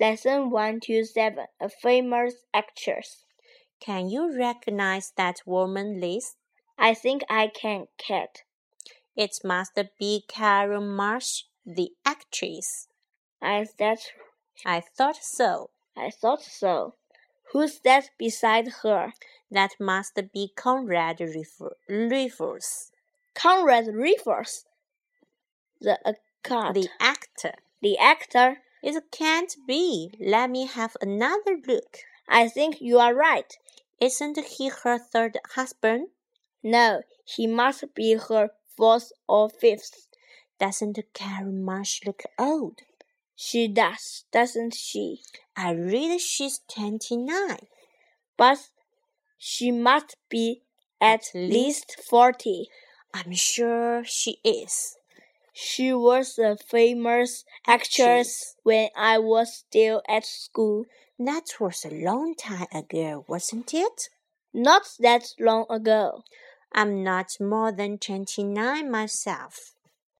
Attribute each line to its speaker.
Speaker 1: Lesson 127 A Famous Actress.
Speaker 2: Can you recognize that woman list?
Speaker 1: I think I can, Cat.
Speaker 2: It must be Karen Marsh, the actress.
Speaker 1: I, that,
Speaker 2: I thought so.
Speaker 1: I thought so. Who's that beside her?
Speaker 2: That must be Conrad Reefer- Rivers,
Speaker 1: Conrad Rivers. The actor.
Speaker 2: the actor.
Speaker 1: the actor.
Speaker 2: It can't be. Let me have another look.
Speaker 1: I think you are right.
Speaker 2: Isn't he her third husband?
Speaker 1: No, he must be her fourth or fifth.
Speaker 2: Doesn't Karen Marsh look old?
Speaker 1: She does, doesn't she?
Speaker 2: I read she's 29.
Speaker 1: But she must be at
Speaker 2: At
Speaker 1: least 40.
Speaker 2: I'm sure she is.
Speaker 1: She was a famous actress
Speaker 2: Actress.
Speaker 1: when I was still at school.
Speaker 2: That was a long time ago, wasn't it?
Speaker 1: Not that long ago.
Speaker 2: I'm not more than 29 myself.